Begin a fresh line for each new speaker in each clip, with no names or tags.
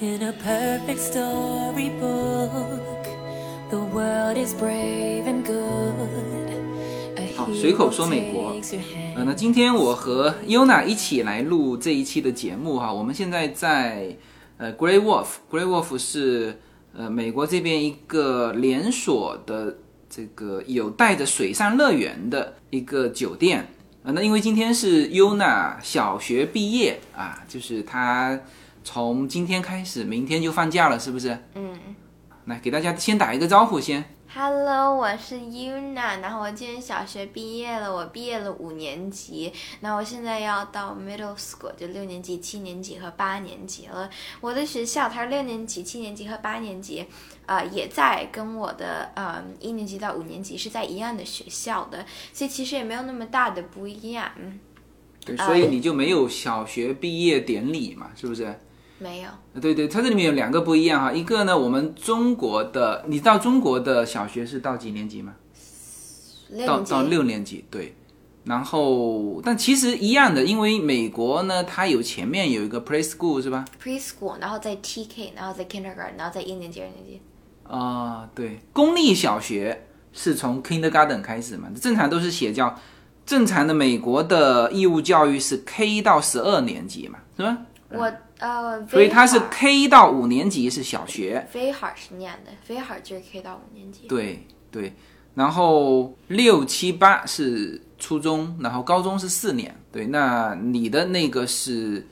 In a perfect storybook, the world is brave and good. A
好，
hero
随口说美国
takes your hand.
呃，那今天我和 Yona 一起来录这一期的节目哈。我们现在在呃 Grey Wolf，Grey Wolf 是呃美国这边一个连锁的这个有带着水上乐园的一个酒店。呃，那因为今天是 Yona 小学毕业啊，就是她从今天开始，明天就放假了，是不是？嗯。来给大家先打一个招呼先。
Hello，我是 Yuna，然后我今年小学毕业了，我毕业了五年级，那我现在要到 middle school，就六年级、七年级和八年级了。我的学校它是六年级、七年级和八年级，呃，也在跟我的呃一年级到五年级是在一样的学校的，所以其实也没有那么大的不一样，嗯，
对，所以你就没有小学毕业典礼嘛，是不是？
没有。
对对，它这里面有两个不一样哈，一个呢，我们中国的，你到中国的小学是到几年级吗？
六
到
年级
到六年级，对。然后，但其实一样的，因为美国呢，它有前面有一个 preschool 是吧？
preschool，然后在 TK，然后在 kindergarten，然后在一年级、二年级。
啊、对，公立小学是从 kindergarten 开始嘛，正常都是写叫正常的美国的义务教育是 K 到十二年级嘛，是吧？
我呃，
嗯所以它是
Vihar
K 到五年级是小学，
飞海是念的，飞海就是 K 到五年级。
对对，然后六七八是初中，然后高中是四年。对，那你的那个是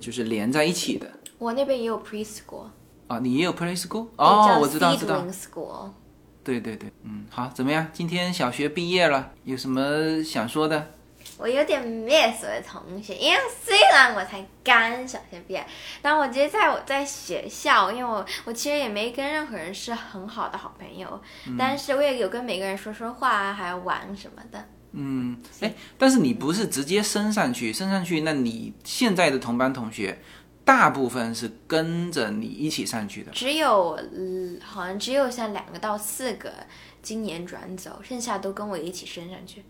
就是连在一起的
我那边也有 preschool，
啊，你也有 preschool
对
哦
叫，
我知道知道
seedling，school。
对对对，嗯，好，怎么样？今天小学毕业了，有什么想说的？
我有点 miss 我的同学，因为虽然我才刚小学毕业，但我觉得在我在学校，因为我我其实也没跟任何人是很好的好朋友，
嗯
但是我也有跟每个人说说话啊，还有玩什么的。
嗯，哎，但是你不是直接升上去，升上去，那你现在的同班同学，大部分是跟着你一起上去的。
只有嗯好像只有像两个到四个今年转走，剩下都跟我一起升上去。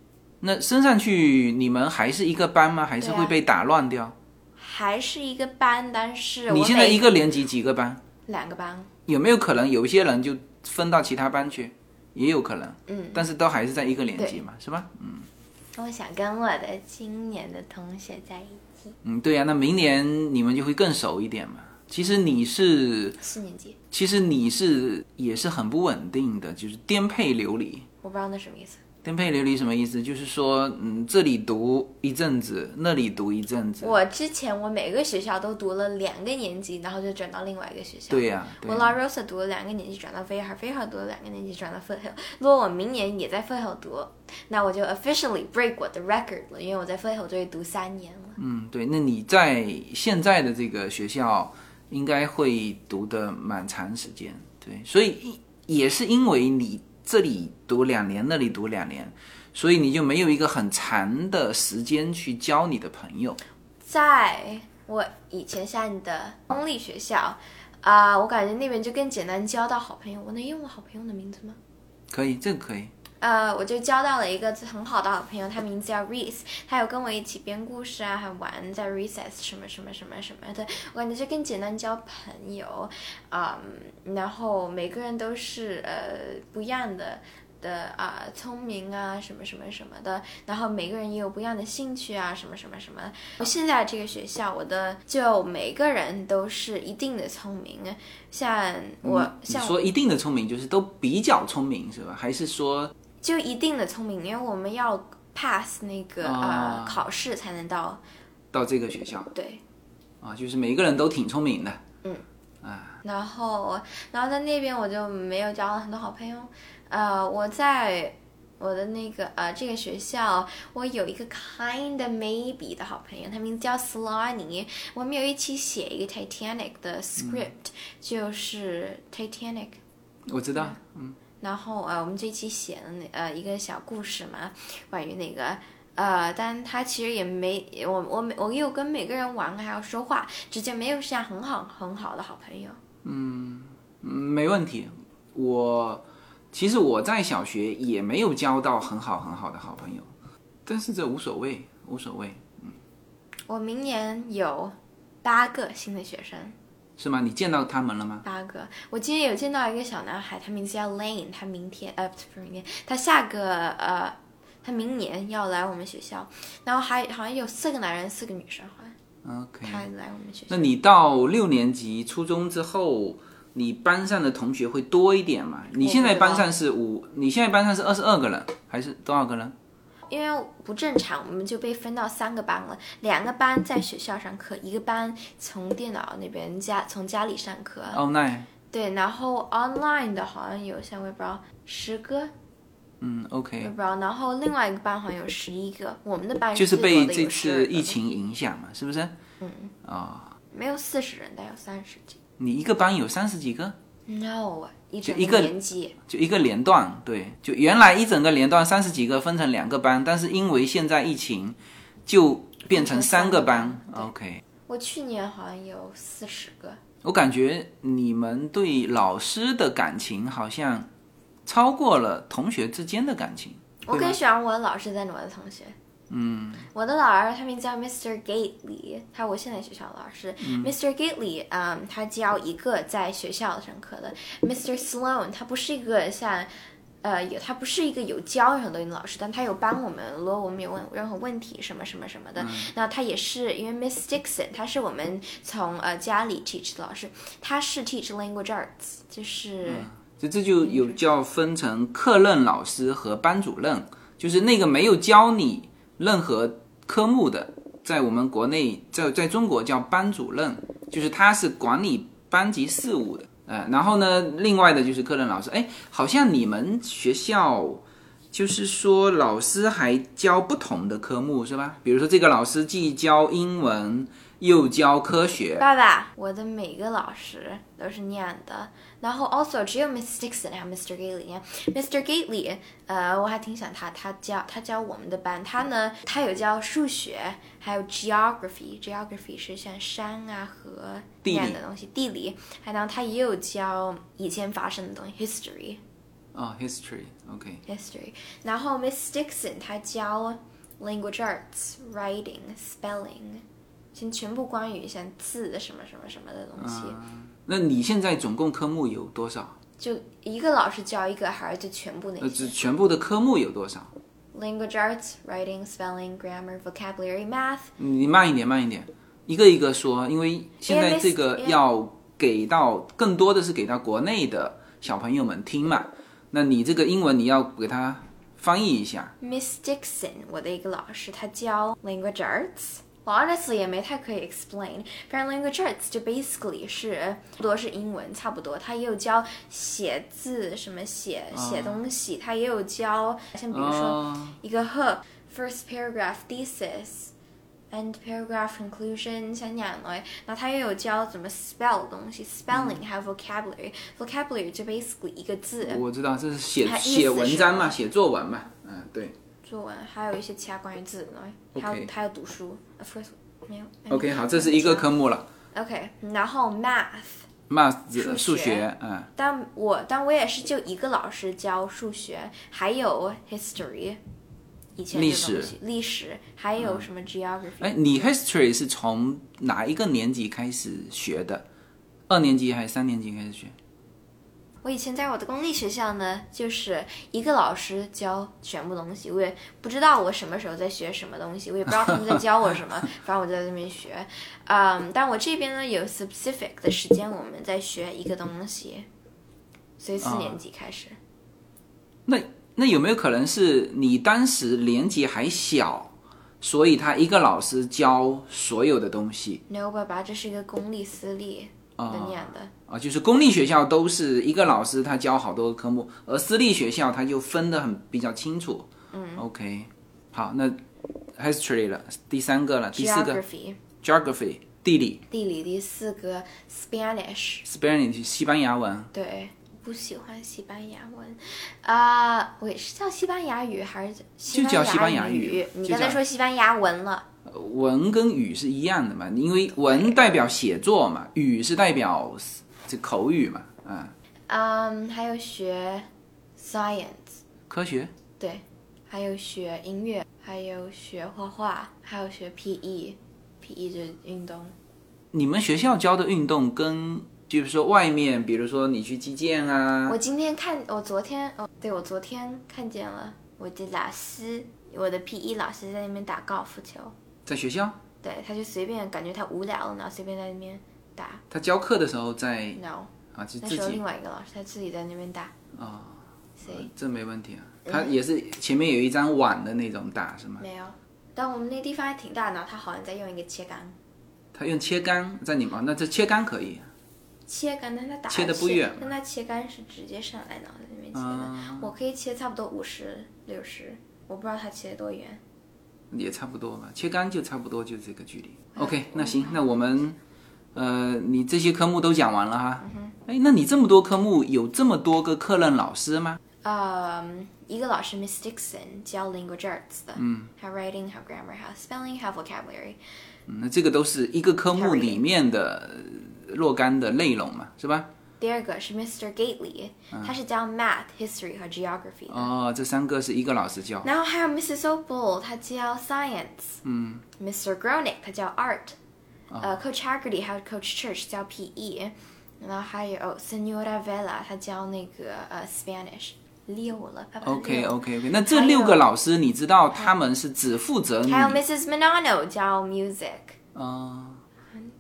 那升上去，你们还是一个班吗？还是
对啊
会被打乱掉？
还是一个班，但是我
你现在
每
一个年级几个班？
两个班，
有没有可能有一些人就分到其他班去？也有可能，嗯，但是都还是在一个年级嘛，是吧？
我想跟我的今年的同学在一起，
嗯，对呀、那明年你们就会更熟一点嘛。其实你是，
四年级，
其实你是也是很不稳定的，就是颠沛流离。
我不知道那什么意思。
颠沛流离什么意思？就是说，嗯，这里读一阵子，那里读一阵子。
我之前我每个学校都读了两个年级，然后就转到另外一个学校。
对呀、对
我
呀
La Rosa 读了两个年级，转到菲尔，菲尔读了两个年级，转到 Foothill。如果我明年也在 Foothill 读，那我就 officially break 我的 record 了，因为我在 Foothill 就会读三年了。
嗯，对，那你在现在的这个学校应该会读的蛮长时间，对，所以也是因为你这里读两年，那里读两年，所以你就没有一个很长的时间去交你的朋友。
在我以前上的公立学校，啊、我感觉那边就更简单交到好朋友。我能用我好朋友的名字吗？
可以，这个可以。
呃，我就交到了一个很好的好朋友，他名字叫 Reese，他有跟我一起编故事啊，还玩在 recess 什么什么什么什么的，我感觉就更简单交朋友，嗯，然后每个人都是呃不一样的。的啊、聪明啊，什么什么什么的，然后每个人也有不一样的兴趣啊，什么什么什么的。我现在这个学校，我的就每个人都是一定的聪明，像我，
嗯你
呃像我
说一定的聪明，就是都比较聪明是吧？还是说，
就一定的聪明，因为我们要 pass 那个、
啊
呃考试才能到。
到这个学校
对，
啊，就是每一个人都挺聪明的？
然后然后在那边我就没有交了很多好朋友。呃，我在我的那个呃这个学校，我有一个 kind of maybe 的好朋友，他名字叫 Slani，我们有一起写一个 Titanic 的 script，、就是 Titanic。
我知道，
然后呃，我们这期写了那呃一个小故事嘛，关于那个呃，但他其实也没我我每我有跟每个人玩还有说话，直接没有像很好很好的好朋友。
嗯，没问题。我其实我在小学也没有交到很好很好的好朋友，但是这无所谓，无所谓。
我明年有八个新的学生，
是吗？你见到他们了吗？
八个，我今天有见到一个小男孩，他名字叫 Lane，他明天呃不是明天，他下个呃他明年要来我们学校，然后还好像有四个男人，四个女生，好像
OK，
他来我们学校
那。你到六年级、初中之后，你班上的同学会多一点嘛？你现在班上是五，你现在班上是二十二个人还是多少个人？
因为不正常，我们就被分到三个班了，两个班在学校上课，一个班从电脑那边家从家里上课。
哦，那
对，然后 online 的好像有像我也不知道十个，
嗯
我也
，OK，
不知道。然后另外一个班好像有十一个，我们的班
就是被这次
次
疫情影响嘛，是不是？嗯。哦，
没有四十人，但有三十几。
你一个班有三十几个，
No，啊一整
一个
年级，
就一个连段，对，就原来一整个连段三十几个分成两个班，但是因为现在疫情，就变成三个班
变成三个。班
OK，
我去年好像有四十个。
我感觉你们对老师的感情好像超过了同学之间的感情。
我更喜欢我的老师在我的同学。嗯，我的老师他名叫 Mr. Gately，他是我现在学校的老师。Mr. Gately，嗯，他教一个在学校上课的 Mr. Sloan，他不是一个像。呃，有他不是一个有教任何东西的老师，但他有帮我们，如果我们有问任何问题什么什么什么的，那他也是因为 Miss Dixon，他是我们从呃家里 teach 的老师，他是 teach language arts，就是、
这这就有叫分成课任老师和班主任，就是那个没有教你任何科目的，在我们国内在在中国叫班主任，就是他是管理班级事务的。呃，然后呢，另外的就是课任老师，哎，好像你们学校就是说老师还教不同的科目是吧？比如说这个老师既教英文又教科学，
爸爸，我的每个老师都是念的，然后 also 只有 Miss Dixon 还有 Mr. Gately。Mr. Gately，呃，我还挺想他，他教他教我们的班，他呢，他有教数学，还有 geography，geography 是像山啊、河那
地理
样的东西，地理，还然后他也有教以前发生的东西，history。
哦，history，OK，、
history。然后 Miss Dixon 她教 language arts、writing、spelling，先全部关于像字什么什么什么的东
嗯
西。
那你现在总共科目有多少？
就一个老师教一个孩子全部那
呃，这
些
全部的科目有多少？
language arts、writing、spelling、grammar、vocabulary、math。
你慢一点，慢一点，一个一个说，啊因为现在
Miss-
这个
yeah
要给到更多的是给到国内的小朋友们听嘛。那你这个英文你要给他翻译一下，
Miss Dixon，我的一个老师，他教 language arts。我 honestly 也没太可以 explain，反正 language arts 就 basically 是差不多是英文，差不多。他也有教写字，什么写写东西，他也有教，像比如说
哦
一个 hook、first paragraph thesis。end paragraph conclusion 像那样的，那他也有教怎么 spell 东西，spelling 还有 vocabulary，vocabulary、就 basically 一个字，
我知道这是写
它意思
写文章嘛，
是
写作文嘛，嗯，对。
作文，还有一些其他关于字的东西，还
OK
有还有读书。呃 first 没有。哎
OK，好，这是一个科。目了
OK，然后 math，
，math 数
数
学
学，
嗯，
但我但我也是就一个老师教数学，还有 history，以前的
历史
东西，历史，还有什么 geography。
哎，你 history 是从哪一个年级开始学的？二年级还是三年级开始学？
我以前在我的公立学校呢，就是一个老师教全部东西，我也不知道我什么时候在学什么东西，我也不知道他们在教我什 么，反正我就在那边学。嗯，但我这边呢有 specific 的时间，我们在学一个东西，所以四年级开始。
那那有没有可能是你当时年级还小，所以他一个老师教所有的东西
no，爸爸，这是一个公立私立的念的。
啊？就是公立学校都是一个老师他教好多个科目，而私立学校他就分得很比较清楚。嗯，OK，好，那 history 了，第三个了，第四个
geography
geography 地理
地理第四个 Spanish，
，Spanish 西班牙文。
对，不喜欢西班牙文啊、我也是叫西班牙语还是西
就叫西班牙
牙
语
你
就
刚才
叫
说西班牙文了，
文跟语是一样的嘛，因为文代表写作嘛，语是代表这口语嘛，啊，
嗯，还有学 science，
科学
对，还有学音 E，乐，还有学画画，还有学 PE，PE 就是运动，
你们学校教的运动跟，就是说外面，比如说你去击剑啊
我，今天看，我昨天哦，对我昨天看见了我的老师，我的 PE 老师在那边打高尔夫球，
在学校
对，他就随便感觉他无聊了，然后随便在那边打。
他教课的时候在
No，
啊，是
那
自
时候
己
另外一个老师他自己在那边打，
啊、
所以
这没问题啊。他也是前面有一张碗的那种打是吗？
嗯没有。但我们那地方还挺大，然后他好像在用一个切杆，
他用切杆在你们，哦那这切杆可以
切杆，但他打
切得不远
但他切杆是直接上来然后在那边切的。
啊
我可以切差不多五十六十，我不知道他切得多远。
也差不多吧，切杆就差不多就这个距离。OK，那
嗯
行，那我们呃，你这些科目都讲完了
嗯
哈。哎，那你这么多科目，有这么多个课任老师吗？
嗯，一个老师 Miss Dixon 教 language arts 的，嗯，还 writing，还 grammar，还 spelling，还 vocabulary，
嗯那这个都是一个科目
Everything
里面的呃若干的内容嘛，是吧？
第二个是 Mr. Gately，、他
嗯
是教 math、history 和 geography 的。
哦，这三个是一个老师教。
然后还有 Mrs. Opal，他教 science。嗯。Mr. Gronick 他教 art、呃，Coach Haggerty 还有 Coach Church 教 PE，然后还有 Senora Vela 他教那个呃 Spanish。六了，爸爸
OK
六
OK OK，那这六个老师，你知道他们是只负责你
还有 Mrs. Minano 教 music。
哦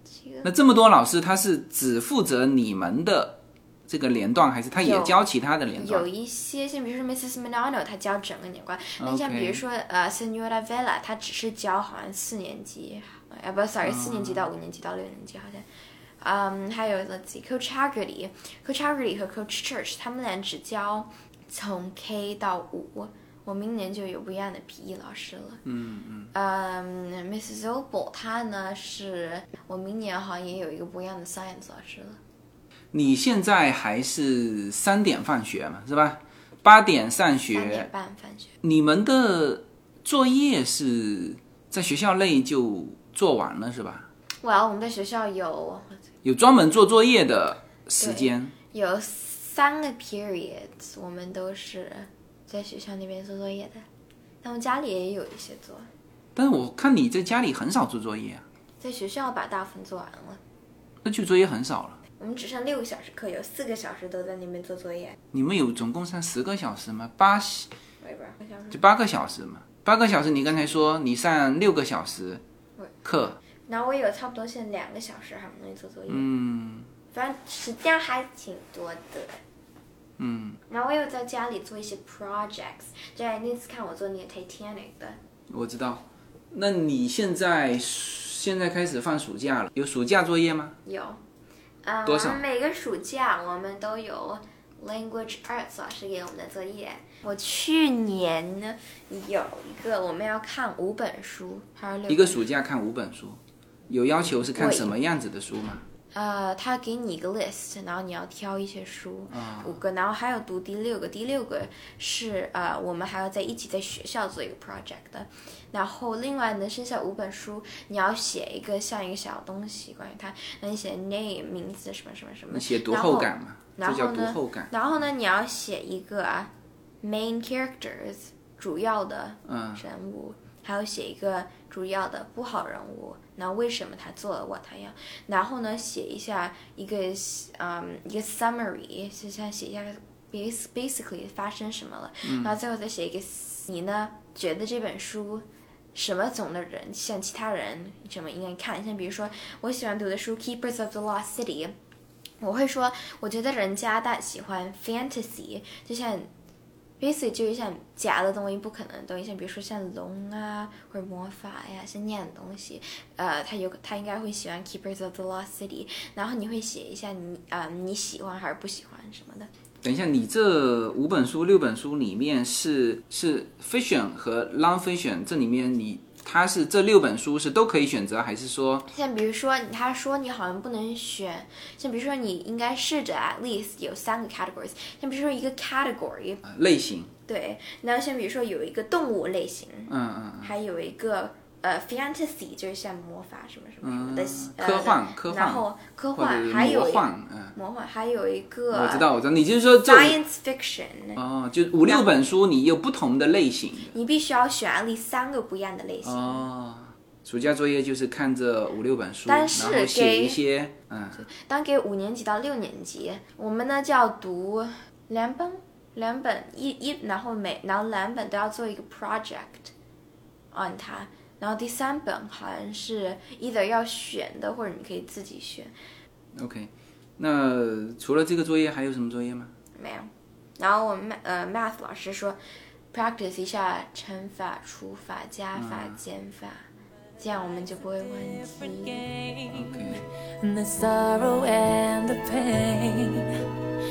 这个
那这么多老师，他是只负责你们的这个连段，还是他也
有
教其他的连段
有？一些像比如说 Mrs. Milano，她教整个年关，那像
OK
比如说呃 Senora Vela，她只是教好像四年级，呃不，sorry，四年级到五年级到六年级好像。嗯，还有 let's see Coach Haggerty，Coach Haggerty 和 Coach Church，他们俩只教从 K 到五。我明年就有不一样的 PE 老师了。嗯嗯。嗯，Mrs. Opal，她呢是我明年好像也有一个不一样的 Science 老师了。
你现在还是三点放学嘛，是吧？八点上
三点
学，
半放学。
你们的作业是在学校内就做完了是吧？
哇，我们在学校有
有专门做作业的时间，
有三个 periods，我们都是在学校那边做作业的，但我家里也有一些做，
但是我看你在家里很少做作业啊，
在学校把大部分做完了。
那就作业很少了。
我们只上六个小时课，有四个小时都在那边做作业，
你们有总共上十个小时吗？八
我也不知道。小时
就八个小时嘛，八个小时。你刚才说你上六个小时课，
然后我有差不多现在两个小时还没做作业。嗯，反正时间还挺多的。嗯，然后我有在家里做一些 projects，就在那次看我做那个 Titanic 的，
我知道。那你现在现在开始放暑假了，有暑假作业吗？
有，嗯，
多少
我们每个暑假我们都有 language arts 老师给我们的作业。我去年呢有一个我们要看五本书，还是六
一个暑假看五本书，有要求是看
对
什么样子的书吗？
呃，他给你一个 list，然后你要挑一些书，
啊
五个，然后还有读第六个，第六个是呃，我们还要在一起在学校做一个 project 的，然后另外呢，剩下五本书你要写一个像一个小东西关于它，那你写 name 名字什么什么什么，
写读
然
后
后
感嘛，
然
这
后
叫读
呢
后感。
然后呢，你要写一个啊 main characters 主要的
嗯
人物，还要写一个主要的不好人物，然后为什么他做了 what 他要，然后呢写一下一个嗯一个 summary，就像写一下 bas basically 发生什么了，然后最后再写一个你呢觉得这本书。什么种的人，像其他人什么应该看？像比如说，我喜欢读的书《Keepers of the Lost City》，我会说，我觉得人家大喜欢 fantasy，就像 basically 就是像假的东西、不可能的东西，像比如说像龙啊，或者魔法呀，像那样的东西，呃，他有他应该会喜欢 Keepers of the Lost City，然后你会写一下你啊、呃你喜欢还是不喜欢什么的。
等一下，你这五本书、六本书里面是是 fiction 和 non-fiction，这里面你它是这六本书是都可以选择，还是说
像比如说，他说你好像不能选，像比如说你应该试着 at least 有三个 categories，像比如说一个 category，
呃类型？
对，然后像比如说有一个动物类型，
嗯嗯嗯。
还有一个呃 fantasy，就是像魔法什么什么什么的，
嗯
呃
科幻科幻
然后科
或者
幻，还有
魔
一
幻，嗯，
魔幻，还有一个
我知道，我知道，你就是说这
science fiction，、
哦，就五六本书，你有不同的类型的
嗯你必须要选 at least 三个不一样的类型。
哦。暑假作业就是看这五六本书，
但
然
是
后写
给
一些嗯
当给五年级到六年级，我们呢就要读两本，两本一一，然后每然后两本都要做一个 project on 它，然后第三本好像是 either 要选的，或者你可以自己选，
，OK。那除了这个作业还有什么作业吗？
没有。然后我们 ma- 呃 math 老师说，practice 一下乘法、除法、加法、减法，这样我们就不会忘记。
OK
The sorrow and the pain.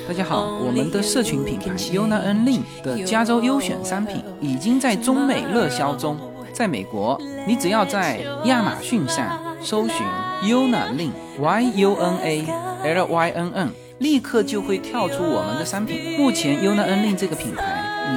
大家好，
嗯
我们的社群品牌 Yona N Lin 的加州优选商品已经在中美热销中。在美国，你只要在亚马逊上搜寻 Yona Lin Y U N A L Y N N，立刻就会跳出我们的商品。目前 Yona N Lin 这个品牌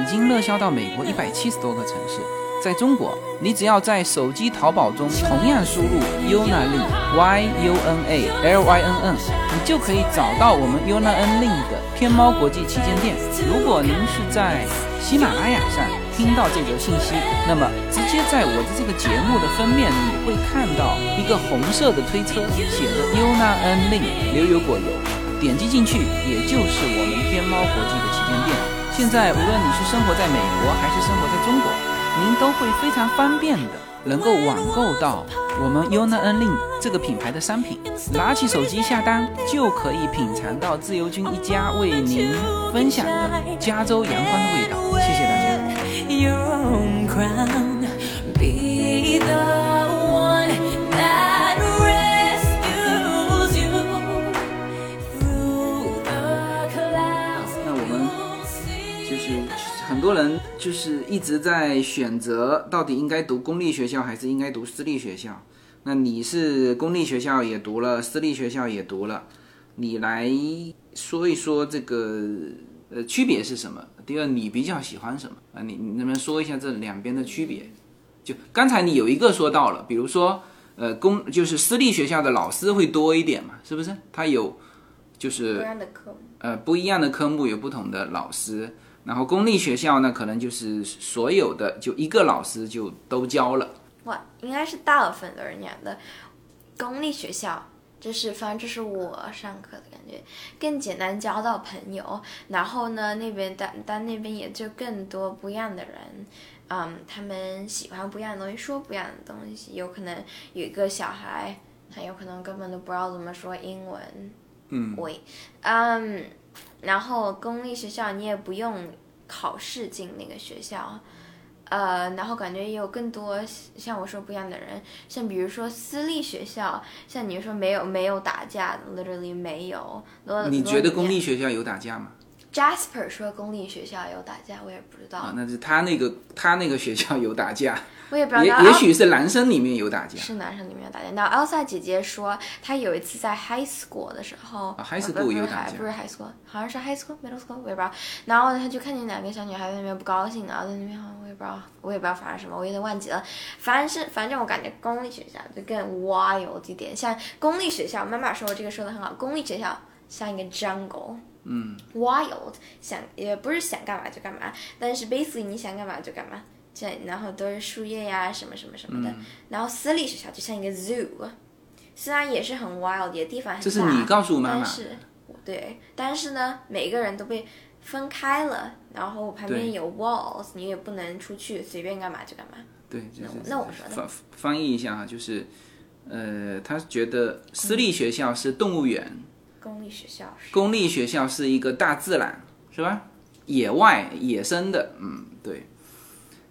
已经热销到美国一百七十多个城市。在中国，你只要在手机淘宝中同样输入 Yuna Lin Y U N A L Y N N，你就可以找到我们 Yuna N Lin 的天猫国际旗舰店。如果您是在喜马拉雅上听到这则信息，那么直接在我的这个节目的封面，你会看到一个红色的推车，写着 Yuna N Lin 牛油果油。点击进去，也就是我们天猫国际的旗舰店。现在无论你是生活在美国还是生活在中国，您都会非常方便的能够网购到我们 Yona N Lin 这个品牌的商品。拿起手机下单，就可以品尝到自由军一家为您分享的加州阳光的味道。谢谢大家。
Your own crown. Be the one that rescues you through the clouds.
那我们
You'll see
就是很多人就是一直在选择到底应该读公立学校还是应该读私立学校。那你是公立学校也读了，私立学校也读了，你来说一说这个呃区别是什么？第二，你比较喜欢什么啊？你你能不能说一下这两边的区别？就刚才你有一个说到了，比如说呃公就是私立学校的老师会多一点嘛，是不是？他有就是
不让的科目。
呃不一样的科目有不同的老师，然后公立学校呢，可能就是所有的就一个老师就都教了。
哇，应该是大部分都是那样的。公立学校，这是反正这是我上课的感觉，更简单交到朋友。然后呢，那边但但那边也就更多不一样的人，嗯，他们喜欢不一样的东西，说不一样的东西。有可能有一个小孩，他有可能根本都不知道怎么说英文，
嗯，
喂，嗯，然后公立学校你也不用考试进那个学校，呃，然后感觉也有更多像我说不一样的人，像比如说私立学校，像你说没有没有打架的，literally 没有。罗
你觉得
罗
公立学校有打架吗？
Jasper 说公立学校有打架，我也不知道，
啊，那是他那个他那个学校有打架，
我也不知道。
也
然后
也许是男生里面有打架。
是男生里面有打架。然后 Elsa 姐姐说，她有一次在 high school 的时候，
啊，high
呃
school
不是
有
不是
打
high-
架
不是 high school，好像是 high school、middle school，我也不知道。然后她就看见两个小女孩在那边不高兴，啊然后在那边好像我也不知道，我也不知道发生什么，我有点忘记了。反正是反正我感觉公立学校就更 wild 一点，像公立学校，妈妈说我这个说的很好，公立学校像一个 jungle。wild，想也不是想干嘛就干嘛，但是 basically 你想干嘛就干嘛，这样然后都是树叶呀、什么什么什么的。
嗯
然后私立学校就像一个 zoo，虽然也是很 wild，也地方很大，
这是你告诉妈妈
但是对，但是呢，每个人都被分开了，然后旁
对
边有 walls，你也不能出去随便干嘛就干嘛。
对，就是
那我说的
翻翻译一下哈，就是呃，他觉得私立学校是动物园，
公立学校是
公立学校是一个大自然，是吧？野外、野生的，嗯，对。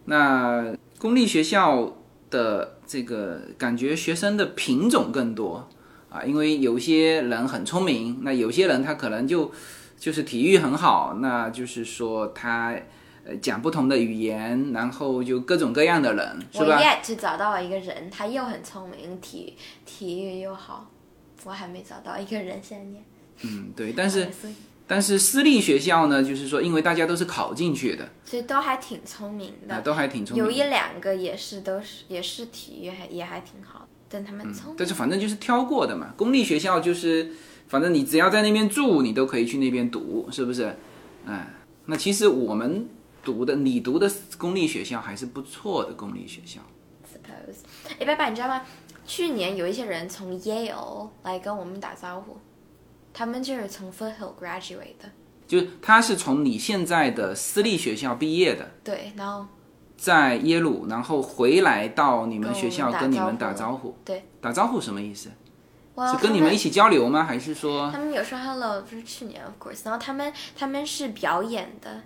那公立学校的这个感觉，学生的品种更多啊，因为有些人很聪明，那有些人他可能就就是体育很好，那就是说他呃讲不同的语言，然后就各种各样的人，是
我
吧？
yet 找到了一个人，他又很聪明，体体育又好，我还没找到一个人现在念。
嗯，对。但是
哎所以
但是私立学校呢，就是说因为大家都是考进去的，
所以都还挺聪明
啊，
的，
都还挺聪明
有
的。
一两个也是都是也是体育还也还挺好的，但他们聪明。
嗯但是反正就是挑过的嘛。公立学校就是，反正你只要在那边住，你都可以去那边读，是不是？哎，那其实我们读的，你读的公立学校还是不错的公立学校。
私 suppose。哎，爸爸，你知道吗？去年有一些人从 Yale 来跟我们打招呼，他们就是从 Foothill graduate 的，
就是他是从你现在的私立学校毕业的，
对，然后
在耶鲁，然后回来到你们学校
跟我
跟
们
你
打
们打
招呼
招呼。
对，
打招呼什么意思？
哇
是跟你
他
们一起交流吗？还是说
他们有说 hello，不是去年 of course，然后他们他们是表演的，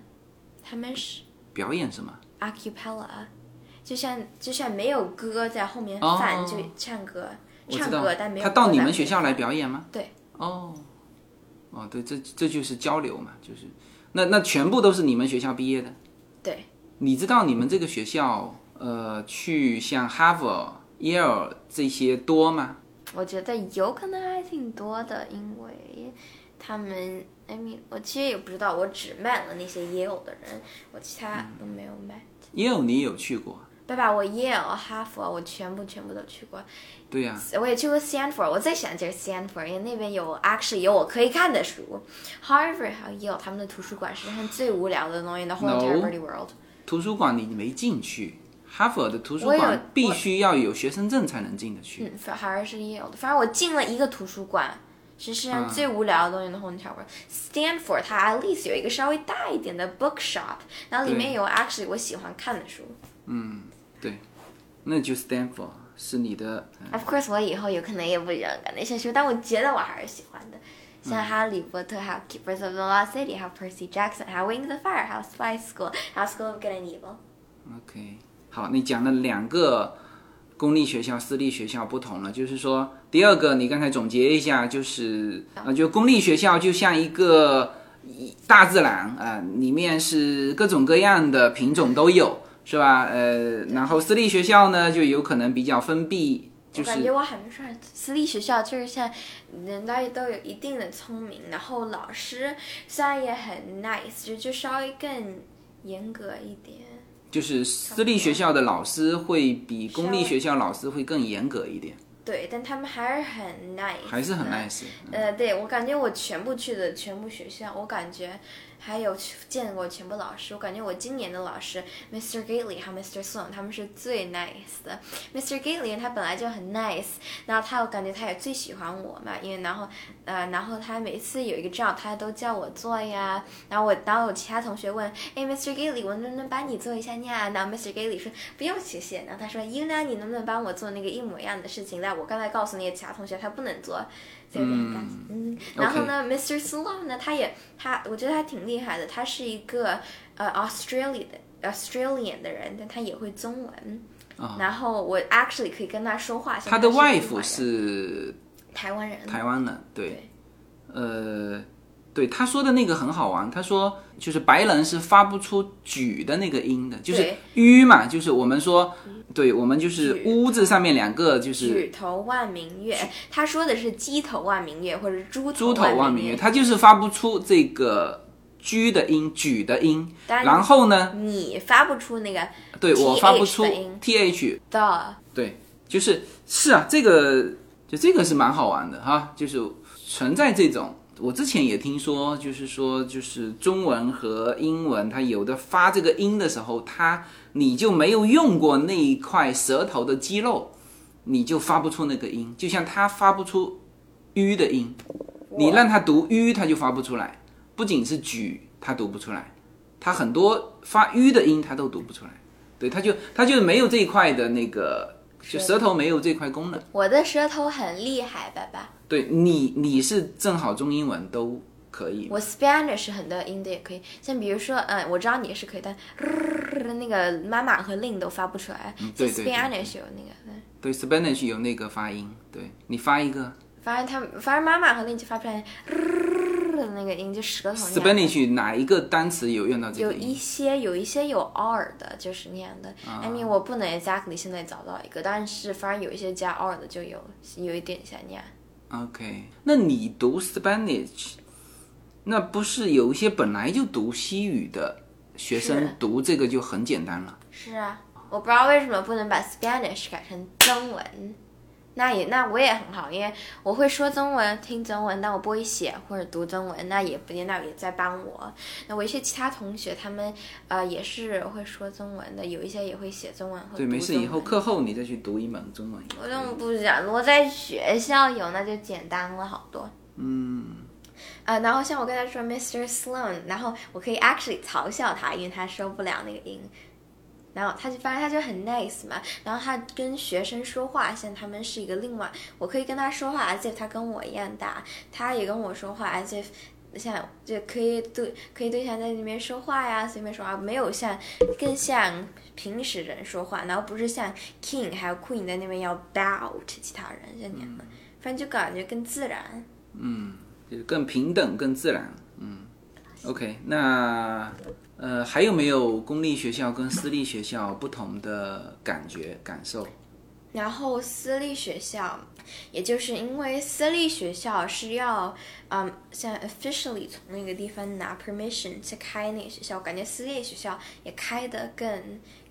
他们是
表演什么？
acapella，就像就像没有歌在后面
哦
放，就唱歌
我
唱
知道
歌，但没，有
他
歌
到你
在
们
后
学
面
校来
放
表演吗？
对。
哦，哦，对，这这就是交流嘛，就是那那全部都是你们学校毕业的。
对，
你知道你们这个学校，呃，去像哈佛、耶尔这些多吗？
我觉得有可能还挺多的，因为他们，I mean，我其实也不知道，我只 met 了那些 Yale 的人，我其他都没有 met。
耶尔你也有去过？
爸爸，我 Yale、哈佛，我全部全部都去过，
对啊呀、
我也去过 Stanford，我最喜欢就是 Stanford，因为那边有 actually 有我可以看的书。Harvard 还有 Yale 他们的图书馆是他们最无聊的东西，the whole entire
No
bloody world。
图书馆你没进去，哈佛的图书
我有
馆必须要有学生证才能进得去。
嗯，反还是 Yale 的，反正我进了一个图书馆。是世界上最无聊的东西的 whole entire world。Stanford 它 at least 有一个稍微大一点的 bookshop，然后里面
对
有 actually 我喜欢看的书。
对，那就 Stanford 是你的。呃
Of course，我以后有可能也不喜欢看那些书，但我觉得我还是喜欢的。像《哈利波特》，还有《Keepers of the Lost City》，还有《Percy Jackson》，还有《Wings of Fire》，还有《Spy School》，还有《School of Good and Evil》。
OK，好，你讲了两个公立学校、私立学校不同了，就是说，第二个你刚才总结一下，就是
嗯
呃，就公立学校就像一个一大自然啊、呃里面是各种各样的品种都有，是吧？呃，然后私立学校呢，就有可能比较封闭，就
我感觉
是
我还没上私立学校，就是像人家都有一定的聪明，然后老师虽然也很 nice，就就稍微更严格一点。
就是私立学校的老师会比公立
稍微
学校老师会更严格一点，
对，但他们还是很 nice，
还是很
的
nice。
呃，对我感觉我全部去的全部学校，我感觉还有去见过全部老师，我感觉我今年的老师 Mr. Gately 和 Mr. Sloan 他们是最 nice 的。Mr. Gately 他本来就很 nice，然后他我感觉他也最喜欢我嘛，因为然后呃，然后他每次有一个 job 他都叫我做呀，然后我然后我其他同学问，哎，Mr. Gately 我能不能帮你做一下呀？然后 Mr. Gately 说不用谢谢，然后他说 You 呢，你能不能帮我做那个一模一样的事情？但我刚才告诉那些其他同学他不能做，就有点干。嗯，然后呢，Mr. Sloan 呢，他也他，我觉得他挺厉害的，他是一个呃 Australia 的 Australian 的人，但他也会中文。
啊
然后我 actually 可以跟他说话。像
他的
是
外
中
父
国人
是
台湾人，
台湾人，对，呃，对他说的那个很好玩，他说就是白人是发不出举的那个音的，就是
对嗯
吁嘛，就是我们说，对我们就是
举嗯
屋字上面两个就
举
是
头望明月，他说的是鸡头望明月或者猪
猪头望
望
明月，
月。
他就是发不出这个。居的音，举的音，
但
然后呢，
你发不出那个
对我发不
TH
出
的音
t h，
的，
对，就是是啊，这个就这个是蛮好玩的哈，就是存在这种。我之前也听说，就是说，就是中文和英文，它有的发这个音的时候，它你就没有用过那一块舌头的肌肉，你就发不出那个音。就像它发不出“吁”的音，你让它读“吁”，它就发不出来。不仅是“举”，它读不出来，它很多发“吁”的音它都读不出来。对，它就它就没有这一块的那个，就舌头没有这块功能。
我的舌头很厉害，爸爸。
对你，你是正好中英文都可以。
我 Spanish 很多音的也可以，像比如说，嗯，我知道你是可以，但、那个妈妈和令都发不出来。
嗯对
像
对对
Spanish 有那个，嗯
对，Spanish 有那个发音，对你发一个
反正他们，反正妈妈和令就发不出来、的那个音，就舌头那样的。
Spanish 哪一个单词有用到这
有
个
一
音？
些有一些有 r 的，就是那样的。I
啊
mean，我不能 exactly 现在找到一个，但是反正有一些加 r 的就有有一点像那样。
OK，那你读 Spanish，那不是有一些本来就读西语的学生
是
读这个就很简单了？
是啊，我不知道为什么不能把 Spanish 改成中文，那也那我也很好，因为我会说中文、听中文，但我不会写或者读中文，那也不那也在帮我。那我一些其他同学，他们呃也是会说中文的，有一些也会写中文和
对，
读
没事，
中
以后
文
课后你再去读一门中文也可
我
以。
就不讲，如果在学校有，那就简单了好多。
嗯，
呃，然后像我刚才说 Mr. Sloan，然后我可以 actually 嘲笑他，因为他说不了那个音。然后他就反正他就很 nice 嘛，然后他跟学生说话，像他们是一个另外，我可以跟他说话，as if 他跟我一样大，他也跟我说话，as if 像就可以对可以对象在那边说话呀，随便说话，没有像更像平时人说话，然后不是像 king 还有 queen 在那边要 bow to 其他人这样的，反正就感觉更自然。
就是更平等、更自然。嗯，OK，那呃，还有没有公立学校跟私立学校不同的感觉、感受？
然后私立学校，也就是因为私立学校是要，嗯，像 officially 从那个地方拿 permission 去开那个学校，我感觉私立学校也开得更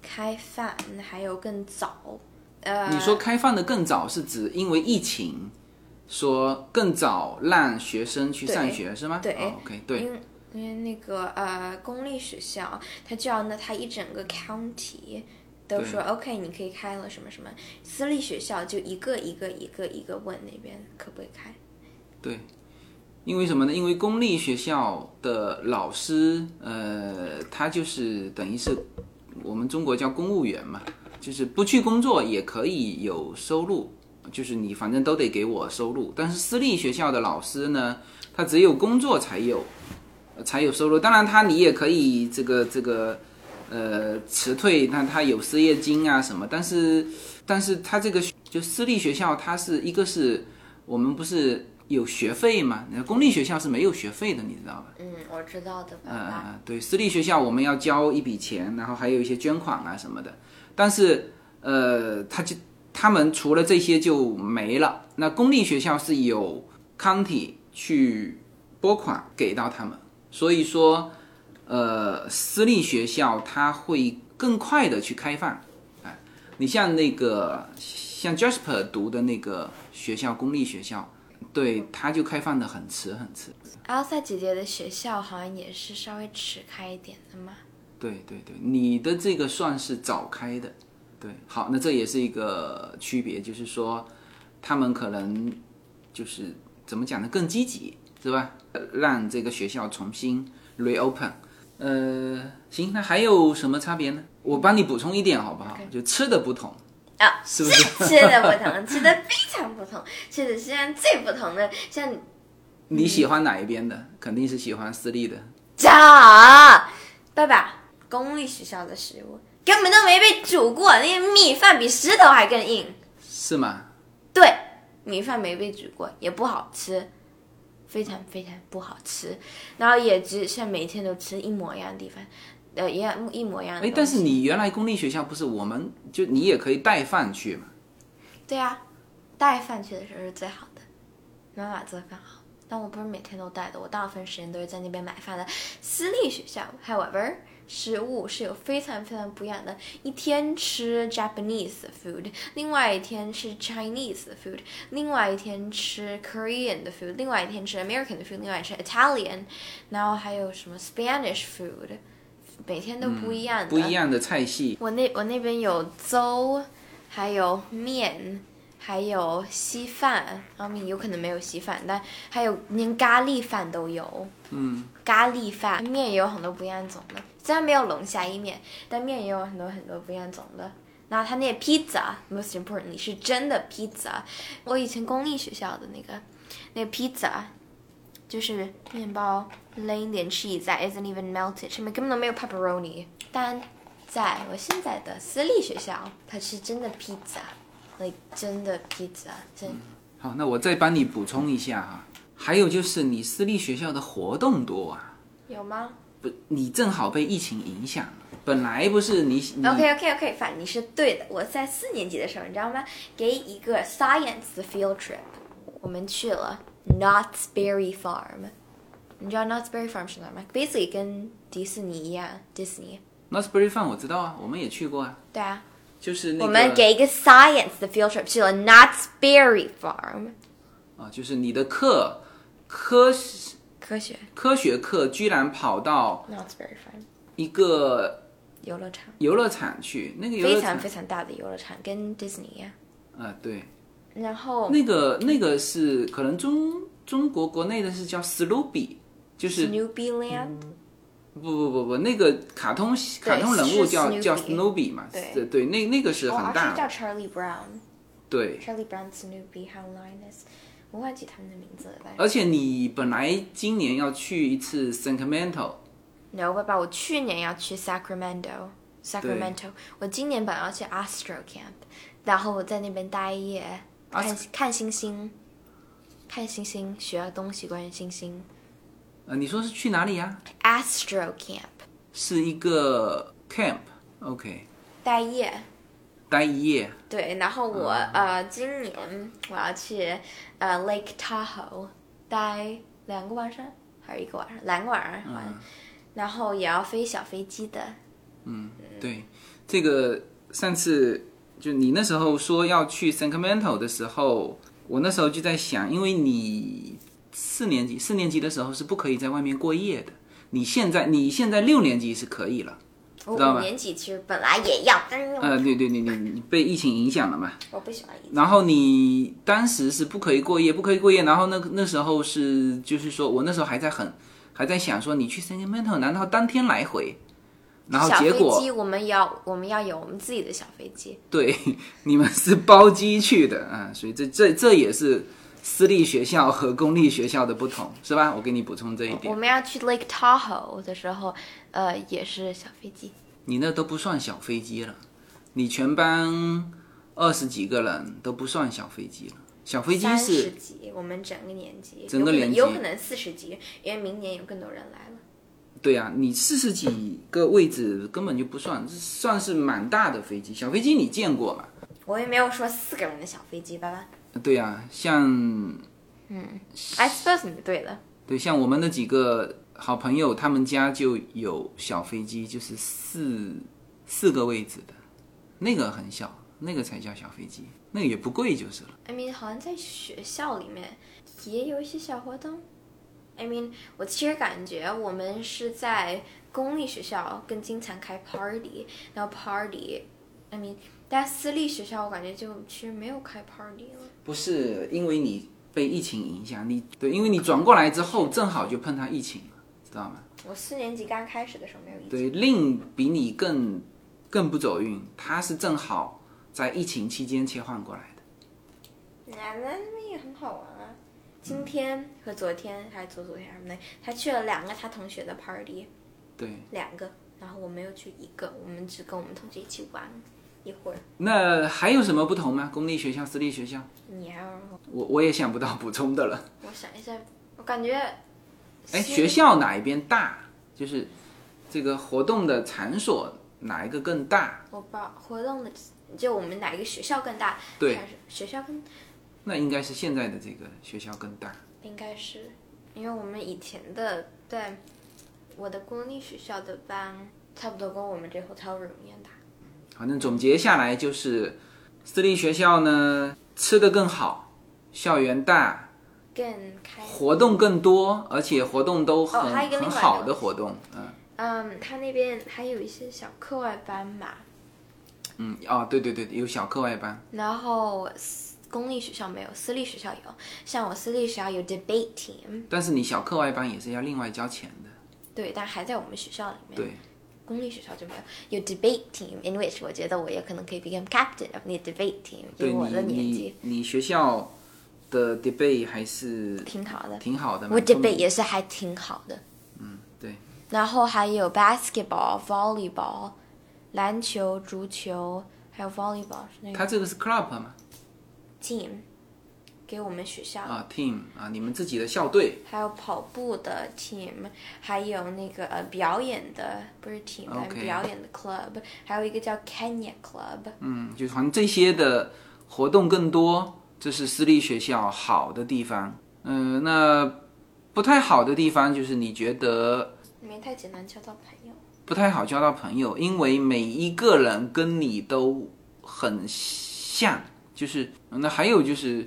开放，还有更早。呃，
你说开放的更早是指因为疫情，说更早让学生去上学是吗？
对
哦，OK，对，
因因为那个呃公立学校，它就要那它一整个 county 都说 OK，你可以开了什么什么。私立学校就一个一个一个一个问那边可不可以开。
因为什么呢？因为公立学校的老师，呃，他就是等于是我们中国叫公务员嘛，就是不去工作也可以有收入，就是你反正都得给我收入。但是私立学校的老师呢，他只有工作才有，呃才有收入。当然，他你也可以这个这个，呃，辞退，那他有失业金啊什么。但是，但是他这个就私立学校，它是一个是我们不是有学费嘛，那公立学校是没有学费的，你知道吧？
嗯，我知道的，爸爸。
呃，对，私立学校我们要交一笔钱，然后还有一些捐款啊什么的，但是呃，他就他们除了这些就没了。那公立学校是有 county 去拨款给到他们，所以说呃，私立学校它会更快的去开放。哎，你像那个像 Jasper 读的那个学校，公立学校，对，它就开放的很迟很迟。
奥赛姐姐的学校好像也是稍微迟开一点的嘛。
对对对，你的这个算是早开的，对，好，那这也是一个区别，就是说他们可能就是怎么讲呢，更积极是吧？呃让这个学校重新 reopen。呃，行，那还有什么差别呢？我帮你补充一点好不好
OK
就吃的不同，
啊，
是不是？
吃的不同，吃的非常不同， 吃的虽然最不同的，像
你喜欢哪一边的？肯定是喜欢私立的。
炸爸爸公立学校的食物根本都没被煮过，那些米饭比石头还更硬。
是吗？
对，米饭没被煮过，也不好吃，非常非常不好吃。然后也只像每天都吃一模一样的地方，呃，一样一模一样的东
哎
西。，
但是你原来公立学校不是我们就你也可以带饭去嘛？
对啊，带饭去的时候是最好的，妈妈做饭好。但我不是每天都带的，我大部分时间都是在那边买饭的。私立学校，however，食物是有非常非常不一样的。一天吃 Japanese food，另外一天吃 Chinese food，另外一天吃 Korean 的 food，另外一天吃 American 的 food，另外吃 Italian，然后还有什么 Spanish food，每天都不一样的。
嗯不一样的菜系，
我那我那边有粥，还有面，还有稀饭，然后有可能没有稀饭，但还有连咖喱饭都有。
嗯。
咖喱饭面也有很多不一样种的，虽然没有龙虾意面，但面也有很多很多不一样种的。然后它那个 pizza，most importantly 是真的 pizza。我以前公立学校的那个那个 pizza，就是面包扔一点 cheese 在，isn't even melted，上面根本都没有 pepperoni。但在我现在的私立学校，它是真的 pizza，like 真的 pizza，真。
嗯好，那我再帮你补充一下哈、还有就是你私立学校的活动多啊，
有吗
不，你正好被疫情影响了。本来不是你你
？OK OK OK，反正你是对的。我在四年级的时候，你知道吗？给一个 science 的 field trip，我们去了 Knott's Berry Farm。你知道 Knott's Berry Farm 是哪儿吗？Basically 跟迪士尼一样，迪士尼。
Northbury Fun 我知道啊，我们也去过啊。
对啊，
就是那
我们
个
给一个 science 的 field trip 去了 Knott's Berry Farm
啊，就是你的课科
科学
科学课居然跑到
Knott's Berry Farm
一个
游乐场，
游乐场去，那个游乐
非
场
常非常大的游乐场，跟 Disney 一样。
啊，对，
然后
那个那个是可能中中国国内的是叫 Snoopy，就是不
Snoopy Land，
嗯不不不，那个卡通卡通人物
是
叫
Snoopy
叫 Snoopy 嘛，
对
对对，那那个是
我
很
哦好
大
像叫
的，
Charlie Brown，Charlie
对。
Brown、Snoopy 还有 Linus，我忘记他们的名字了。但
而且你本来今年要去一次 Sacramento，
No，爸爸，我去年要去 Sacramento。Sacramento，我今年本来要去 Astro Camp，然后我在那边待一夜，看
Astro-
看星星，看星星，学到东西关于星星。
呃，你说是去哪里呀、
Astro Camp
是一个 camp，OK，、
待一夜，
待一夜。
对，然后我、
嗯
呃今年我要去呃 Lake Tahoe 待两个晚上，还有一个晚上，两个晚上玩，
嗯
然后也要飞小飞机的，嗯
对，这个上次就你那时候说要去 Sacramento 的时候，我那时候就在想，因为你四年级四年级的时候是不可以在外面过夜的，你现在你现在六年级是可以了。
我
知道
五
吗
年级其实本来也要，但是
呃，对对对，你你被疫情影响了嘛？
我不喜欢一
然后你当时是不可以过夜，不可以过夜。然后那那时候是，就是说我那时候还在很还在想说，你去 Sacramento 难道当天来回？然后
小
结
飞
果
机我们要我们要有我们自己的小飞机，
对你们是包机去的啊，所以这这这也是私立学校和公立学校的不同，是吧？我给你补充这一
我
点，
们要去 Lake Tahoe 的时候，呃，也是小飞机。
你那都不算小飞机了，你全班二十几个人都不算小飞机了，小飞机
三十
是
级，我们整个年级，
整个年级
有可能有可能四十级，因为明年有更多人来了。
对啊，你四十几个位置根本就不算，算是蛮大的飞机。小飞机你见过吗？
我也没有说四个人的小飞机，爸爸。
对啊，像
I suppose 你对了，
对像我们的几个好朋友，他们家就有小飞机，就是四四个位置的，那个很小，那个才叫小飞机，那个也不贵就是了。
I mean，好像在学校里面也有一些小活动。I mean，我其实感觉我们是在公立学校更经常开 party，然后 party，I mean，但私立学校我感觉就其实没有开 party 了。
不是因为你被疫情影响，你对，因为你转过来之后正好就碰上疫情了，知道吗？
我四年级刚开始的时候没有疫情，
对，令比你更更不走运，他是正好在疫情期间切换过来的。
那那那也很好玩啊。今天和昨天还是昨昨天他们他去了两个他同学的 party，
对，
两个，然后我没有去一个，我们只跟我们同学一起玩一会儿。
那还有什么不同吗？公立学校、私立学校，
你还要
我我也想不到补充的了。
我想一下，我感觉，
哎，
私
学校哪一边大？就是这个活动的场所哪一个更大？
我不知道活动的，就我们哪一个学校更大？
对
还是学校更
那应该是现在的这个学校更大。
应该是，因为我们以前的在我的公立学校的班，差不多跟我们这 hotel room 一样大。
反正总结下来就是，私立学校呢吃的更好，校园大，
更开，
活动更多，而且活动都很、
哦还有一个
很
另外一个
好的活动，嗯
嗯，他那边还有一些小课外班吧，
嗯哦，对对对，有小课外班，
然后私公立学校没有，私立学校有。像我私立学校有 debate team，
但是你小课外班也是要另外交钱的，
对，但还在我们学校里面。
对，
公立学校就没有，有 debate team，in which 我觉得我也可能可以 become captain of 那 debate team，因
对
为我
你
的年
你
纪
你学校的 debate 还是
挺好的，
挺好的，
我
蛮重
debate
的
也是还挺好的。
对，
然后还有 basketball、volleyball、篮球、足球，还有 volleyball 是那
他
个
这个是 club 嘛
team，给我们学校。
啊 team 啊，你们自己的校队
还有跑步的 team，还有那个呃表演的不是 team，但
OK
表演的 club，还有一个叫 Kenya Club。
嗯，就反正这些的活动更多，这是私立学校好的地方。嗯、那不太好的地方就是你觉得
没太简单交到朋友，
不太好交到朋友，因为每一个人跟你都很像，就是那还有就是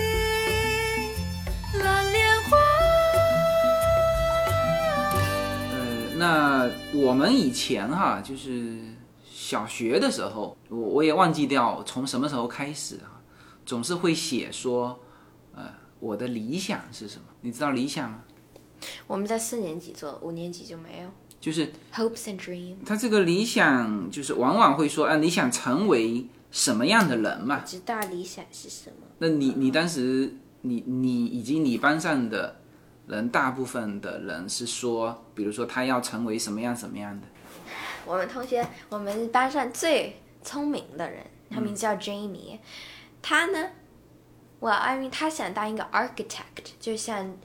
零蓝莲花。
呃，那我们以前哈，就是小学的时候，我我也忘记掉从什么时候开始啊，总是会写说，呃，我的理想是什么？你知道理想吗？
我们在四年级做，五年级就没有。
就是
Hopes and dream，
他这个理想，就是往往会说，啊，你想成为什么样的人嘛？
知道理想是什么？
那你你当时你你以及你班上的人，大部分的人是说，比如说他要成为什么样什么样的？
我们同学，我们班上最聪明的人，他名字叫 Jamie，、他呢，我 I mean 他想当一个 architect，就像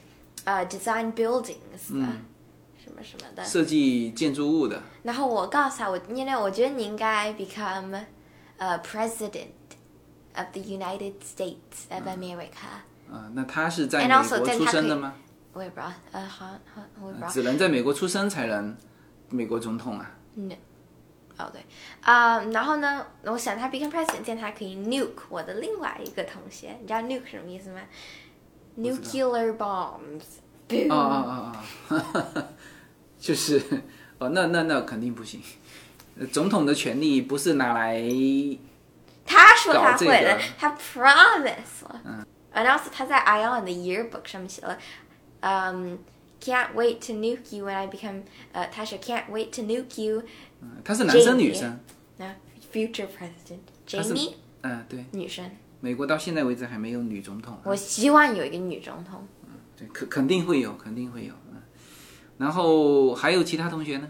呃 design buildings 的、什么什么的。
设计建筑物的，
然后我告诉他，我因为我觉得你应该 become a president of the United States of America，、
啊，那他是在
And
美
also
国
在
出
他
生
可以
的吗？
我也不知道，呃，好像好像我也不知道。
只能在美国出生才能美国总统啊。
哦对，啊、然后呢，我想他 become president，这样他可以 nuke 我的另外一个同学，你知道 nuke 什么意思吗？Nuclear bombs，
哦
嗯
哦哦哦哦， 就是哦，那那那肯定不行。呃总统的权利不是拿来，
他说他
搞
会
这
的，
个嗯
他 promise 了。然后他在 Ion 的 yearbook 上面写了，嗯、c a n t wait to nuke you when I become，呃，他是 can't wait to nuke you，
他是男生
Jamie
女生？
那、future president
他是
Jamie
嗯、对，
女生，
美国到现在为止还没有女总统。啊
我希望有一个女总统。
对，肯肯定会有，肯定会有。嗯，然后还有其他同学呢？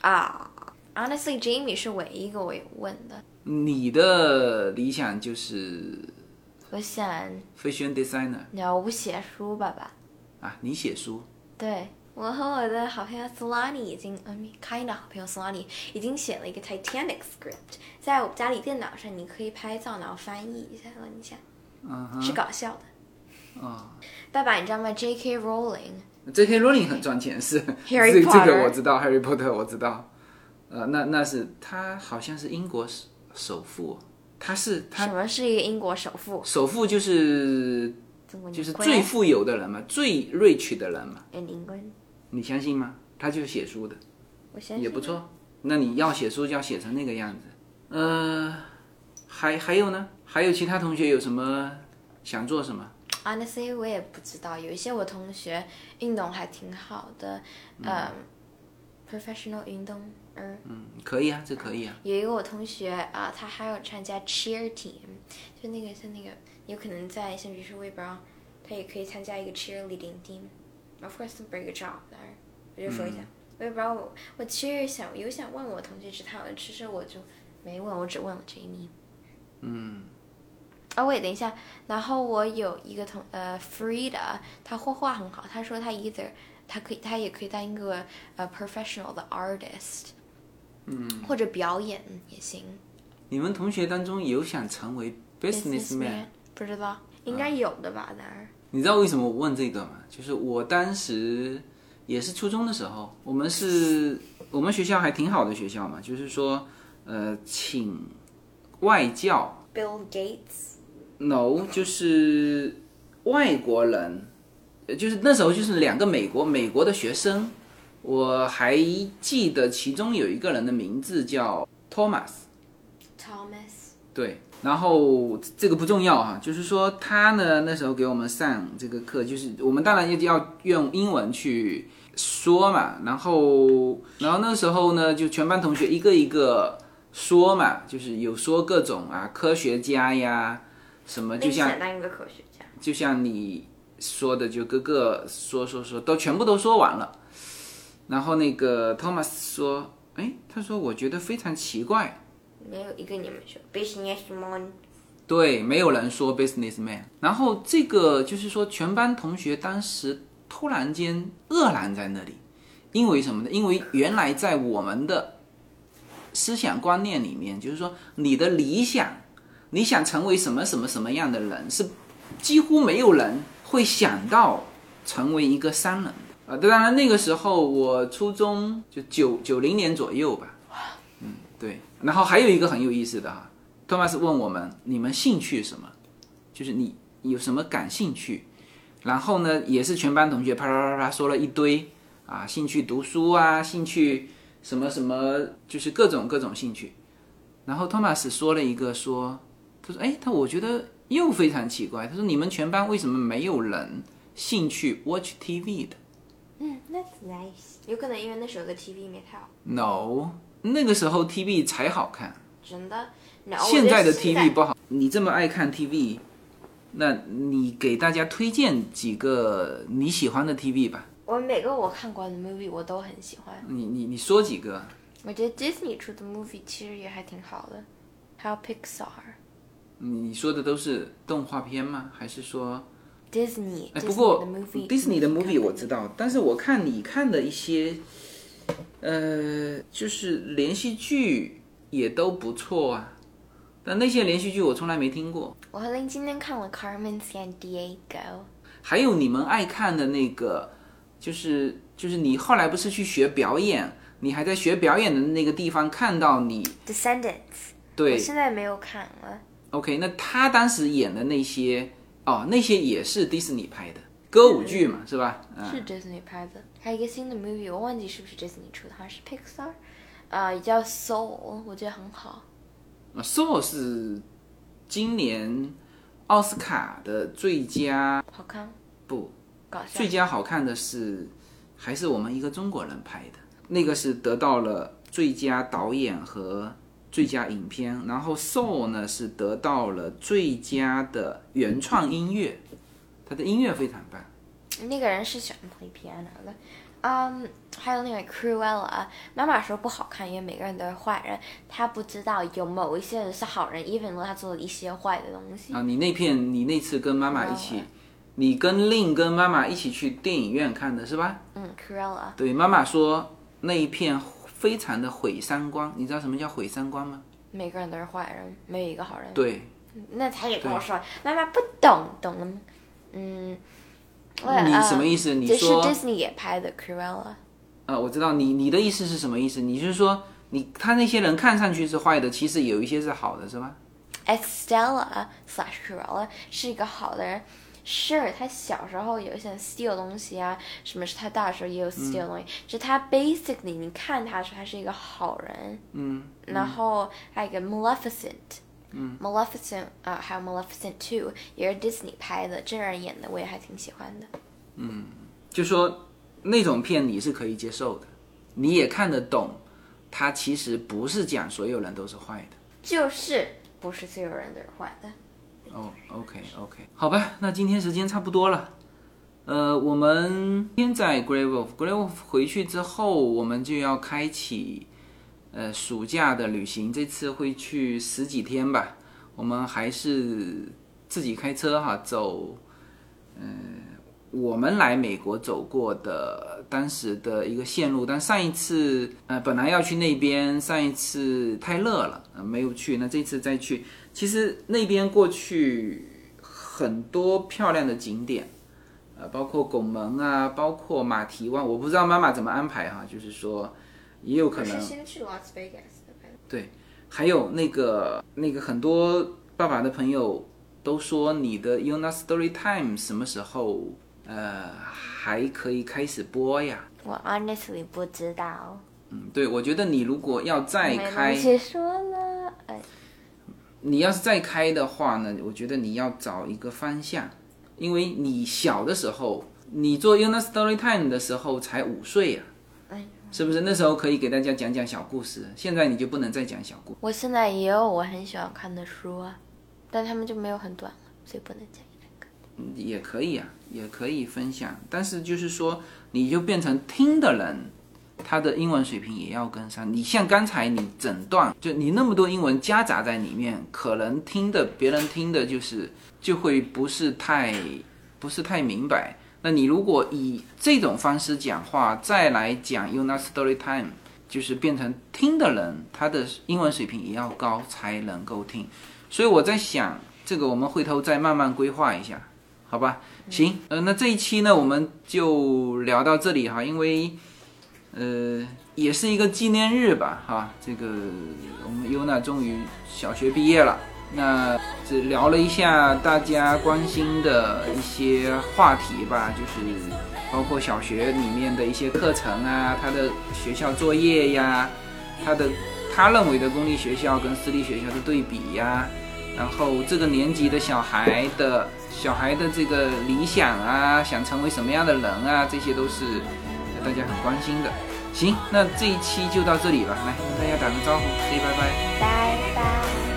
啊，Honestly, Jamie 是唯一一个我有问的。
你的理想就是
我想
fashion designer
了我不写书吧吧？
啊？你写书
对我和我的好朋友 Solani 已经，嗯，kind of 好朋友 Solani 已经写了一个 Titanic script，在我家里电脑上，你可以拍照然后翻译一下，问一下，
嗯
是搞笑的。
哦。
爸爸，你知道吗？J.K. Rowling，
J.K. Rowling 很赚钱，是
Harry
这个这
Potter
个我知道，Harry Potter 我知道。呃，那那是他好像是英国首首富，他是
什
他
么是一个英国首富？
首富就是
中国
就是最富有的人嘛，最 rich 的人嘛，
in England，
你相信吗？他就是写书的。
我相信啊
也不错。那你要写书就要写成那个样子。呃，还还有呢？还有其他同学有什么想做什么？
Honestly，我也不知道，有一些我同学运动还挺好的，嗯，professional 运动，嗯。
嗯可以啊，这可以啊。
有一个我同学啊、他还有参加 cheer team，就那个像那个，有可能在像比如说我也不知道，他也可以参加一个 cheerleading team。Of course, don't break a job there。我就说一下，我也不知道我我其实想有想问我同学知他，其实我就没问，我只问了 Jamie。
嗯，
哦，喂，等一下，然后我有一个同呃 Frida，她画画很好，她说她 either 她可以她也可以当一个呃 professional 的 artist，嗯，或者表演也行。
你们同学当中有想成为 businessman？
不知
啊
道，应该有的吧？那儿
你知道为什么我问这个吗？就是我当时也是初中的时候，我们是我们学校还挺好的学校嘛，就是说，呃，请外教
Bill Gates
no，就是外国人，呃就是那时候就是两个美国美国的学生，我还记得其中有一个人的名字叫 Thomas，
Thomas
对，然后这个不重要啊，就是说他呢那时候给我们上这个课，就是我们当然也要用英文去说嘛，然后然后那时候呢就全班同学一个一个说嘛，就是有说各种啊科学家呀什么，就像
简单一个科学家，
就像你说的，就各个说说说都全部都说完了。然后那个 Thomas 说：“哎，他说我觉得非常奇怪，
没有一个你们说 business man，
对，没有人说 businessman。”然后这个就是说，全班同学当时突然间愕然在那里，因为什么呢？因为原来在我们的思想观念里面，就是说你的理想，你想成为什么什么什么样的人，是几乎没有人会想到成为一个商人的。呃，当然那个时候我初中就九九零年左右吧，嗯，对。然后还有一个很有意思的哈，托马斯问我们你们兴趣什么，就是你有什么感兴趣，然后呢也是全班同学啪啪啪啪说了一堆啊，兴趣读书啊，兴趣什么什么，就是各种各种兴趣。然后托马斯说了一个说，他说哎，他我觉得又非常奇怪，他说你们全班为什么没有人兴趣 watch TV 的？
嗯，that's nice，有可能因为那时候的 TV 没太好，
No，那个时候 TV 才好看，
真的。No，
现在的
我觉得
TV 不好。你这么爱看 TV，那你给大家推荐几个你喜欢的 TV 吧？
我每个我看过的 movie 我都很喜欢，
你你你说几个？
我觉得 Disney 出的 movie 其实也还挺好的，还有 Pixar，Disney
你你说的都是动画片吗？还是说？哎，
Disney
不过
的 movie
Disney 的 movie 我
道。
知道，但是我看你看的一些，呃，就是连续剧也都不错啊，但那些连续剧我从来没听过。
我和林今天看了《Carmen San Diego》，
还有你们爱看的那个，就是就是你后来不是去学表演，你还在学表演的那个地方看到你
Descendants，我
对
现在没有看了。
，OK，那他当时演的那些哦，那些也是迪士尼拍的歌舞剧嘛，是吧？嗯，
是 Disney 拍的，还有一个新的 movie，我忘记是不是 Disney 出的，好像是 Pixar，呃，也叫 Soul，我觉得很好。
啊 Soul 是今年奥斯卡的最佳
好看，
不
搞笑
最。佳好看的是还是我们一个中国人拍的，那个是得到了最佳导演和最佳影片，然后《Soul》呢是得到了最佳的原创音乐，它的音乐非常棒。
那个人是喜欢 play piano 的，嗯，还有那个 Cruella，妈妈说不好看，因为每个人都是坏人，她不知道有某一些人是好人，even 他做了一些坏的东西。
啊，你那片你那次跟妈妈一起，你跟令跟妈妈一起去电影院看的是吧？
嗯，Cruella，
对，妈妈说那一片非常的毁三观，你知道什么叫毁三观吗？
每个人都是坏人，没有一个好人。
对，
那他也跟我说，妈妈不懂，懂了吗？嗯，我也
你
呃
什么意思你
这是
说
Disney 也拍的《Cruella》，
呃，我知道你你的意思是什么意思？你是说你他那些人看上去是坏的，其实有一些是好的，是吗？
Estella 啊 slash Cruella 是一个好的人。是他小时候有一些 steal 东西啊，什么是他大的时候
嗯
也有 steal 东西，就他 basically 你看他的时候他是一个好人，
嗯，
然后还有一个 Maleficent，嗯，Maleficent 啊、还有 Maleficent Two 也是 Disney 拍的，这人演的我也还挺喜欢的。
就说那种片你是可以接受的，你也看得懂，他其实不是讲所有人都是坏的。
就是不是所有人都是坏的。
哦、o k OK，好吧，那今天时间差不多了。呃，我们今天在 Grey Wolf，Grey Wolf 回去之后，我们就要开启呃暑假的旅行，这次会去十几天吧。我们还是自己开车哈，走，嗯、我们来美国走过的当时的一个线路。但上一次呃本来要去那边，上一次太热了、呃没有去。那这次再去，其实那边过去很多漂亮的景点。呃，包括拱门啊，包括马蹄湾，我不知道妈妈怎么安排哈、就是说，也有可能
先去 Las Vegas 的吧？
还有那个那个很多爸爸的朋友都说你的 Yuna Story Time 什么时候呃还可以开始播呀？
我 honestly 不知道，
嗯，对，我觉得你如果要再
没东
开，
西说了。哎，
你要是再开的话呢，我觉得你要找一个方向，因为你小的时候，你做 Una Story Time 的时候才五岁呀、
哎
是不是？那时候可以给大家讲讲小故事，现在你就不能再讲小故事。
我现在也有我很喜欢看的书啊，但他们就没有很短了，所以不能讲一两个。
嗯也可以啊，也可以分享，但是就是说，你就变成听的人，他的英文水平也要跟上。你像刚才你整段，就你那么多英文夹杂在里面，可能听的别人听的就是就会不是太不是太明白。那你如果以这种方式讲话，再来讲 Una Story Time，就是变成听的人，他的英文水平也要高才能够听。所以我在想，这个我们回头再慢慢规划一下，好吧？行，呃，那这一期呢，我们就聊到这里哈，因为，呃，也是一个纪念日吧，哈，这个我们优娜终于小学毕业了，那只聊了一下大家关心的一些话题吧，就是包括小学里面的一些课程啊，他的学校作业呀，他的他认为的公立学校跟私立学校的对比呀、然后这个年级的小孩的小孩的这个理想啊，想成为什么样的人啊，这些都是呃大家很关心的。行，那这一期就到这里了，来跟大家打个招呼，say 拜拜。
拜拜。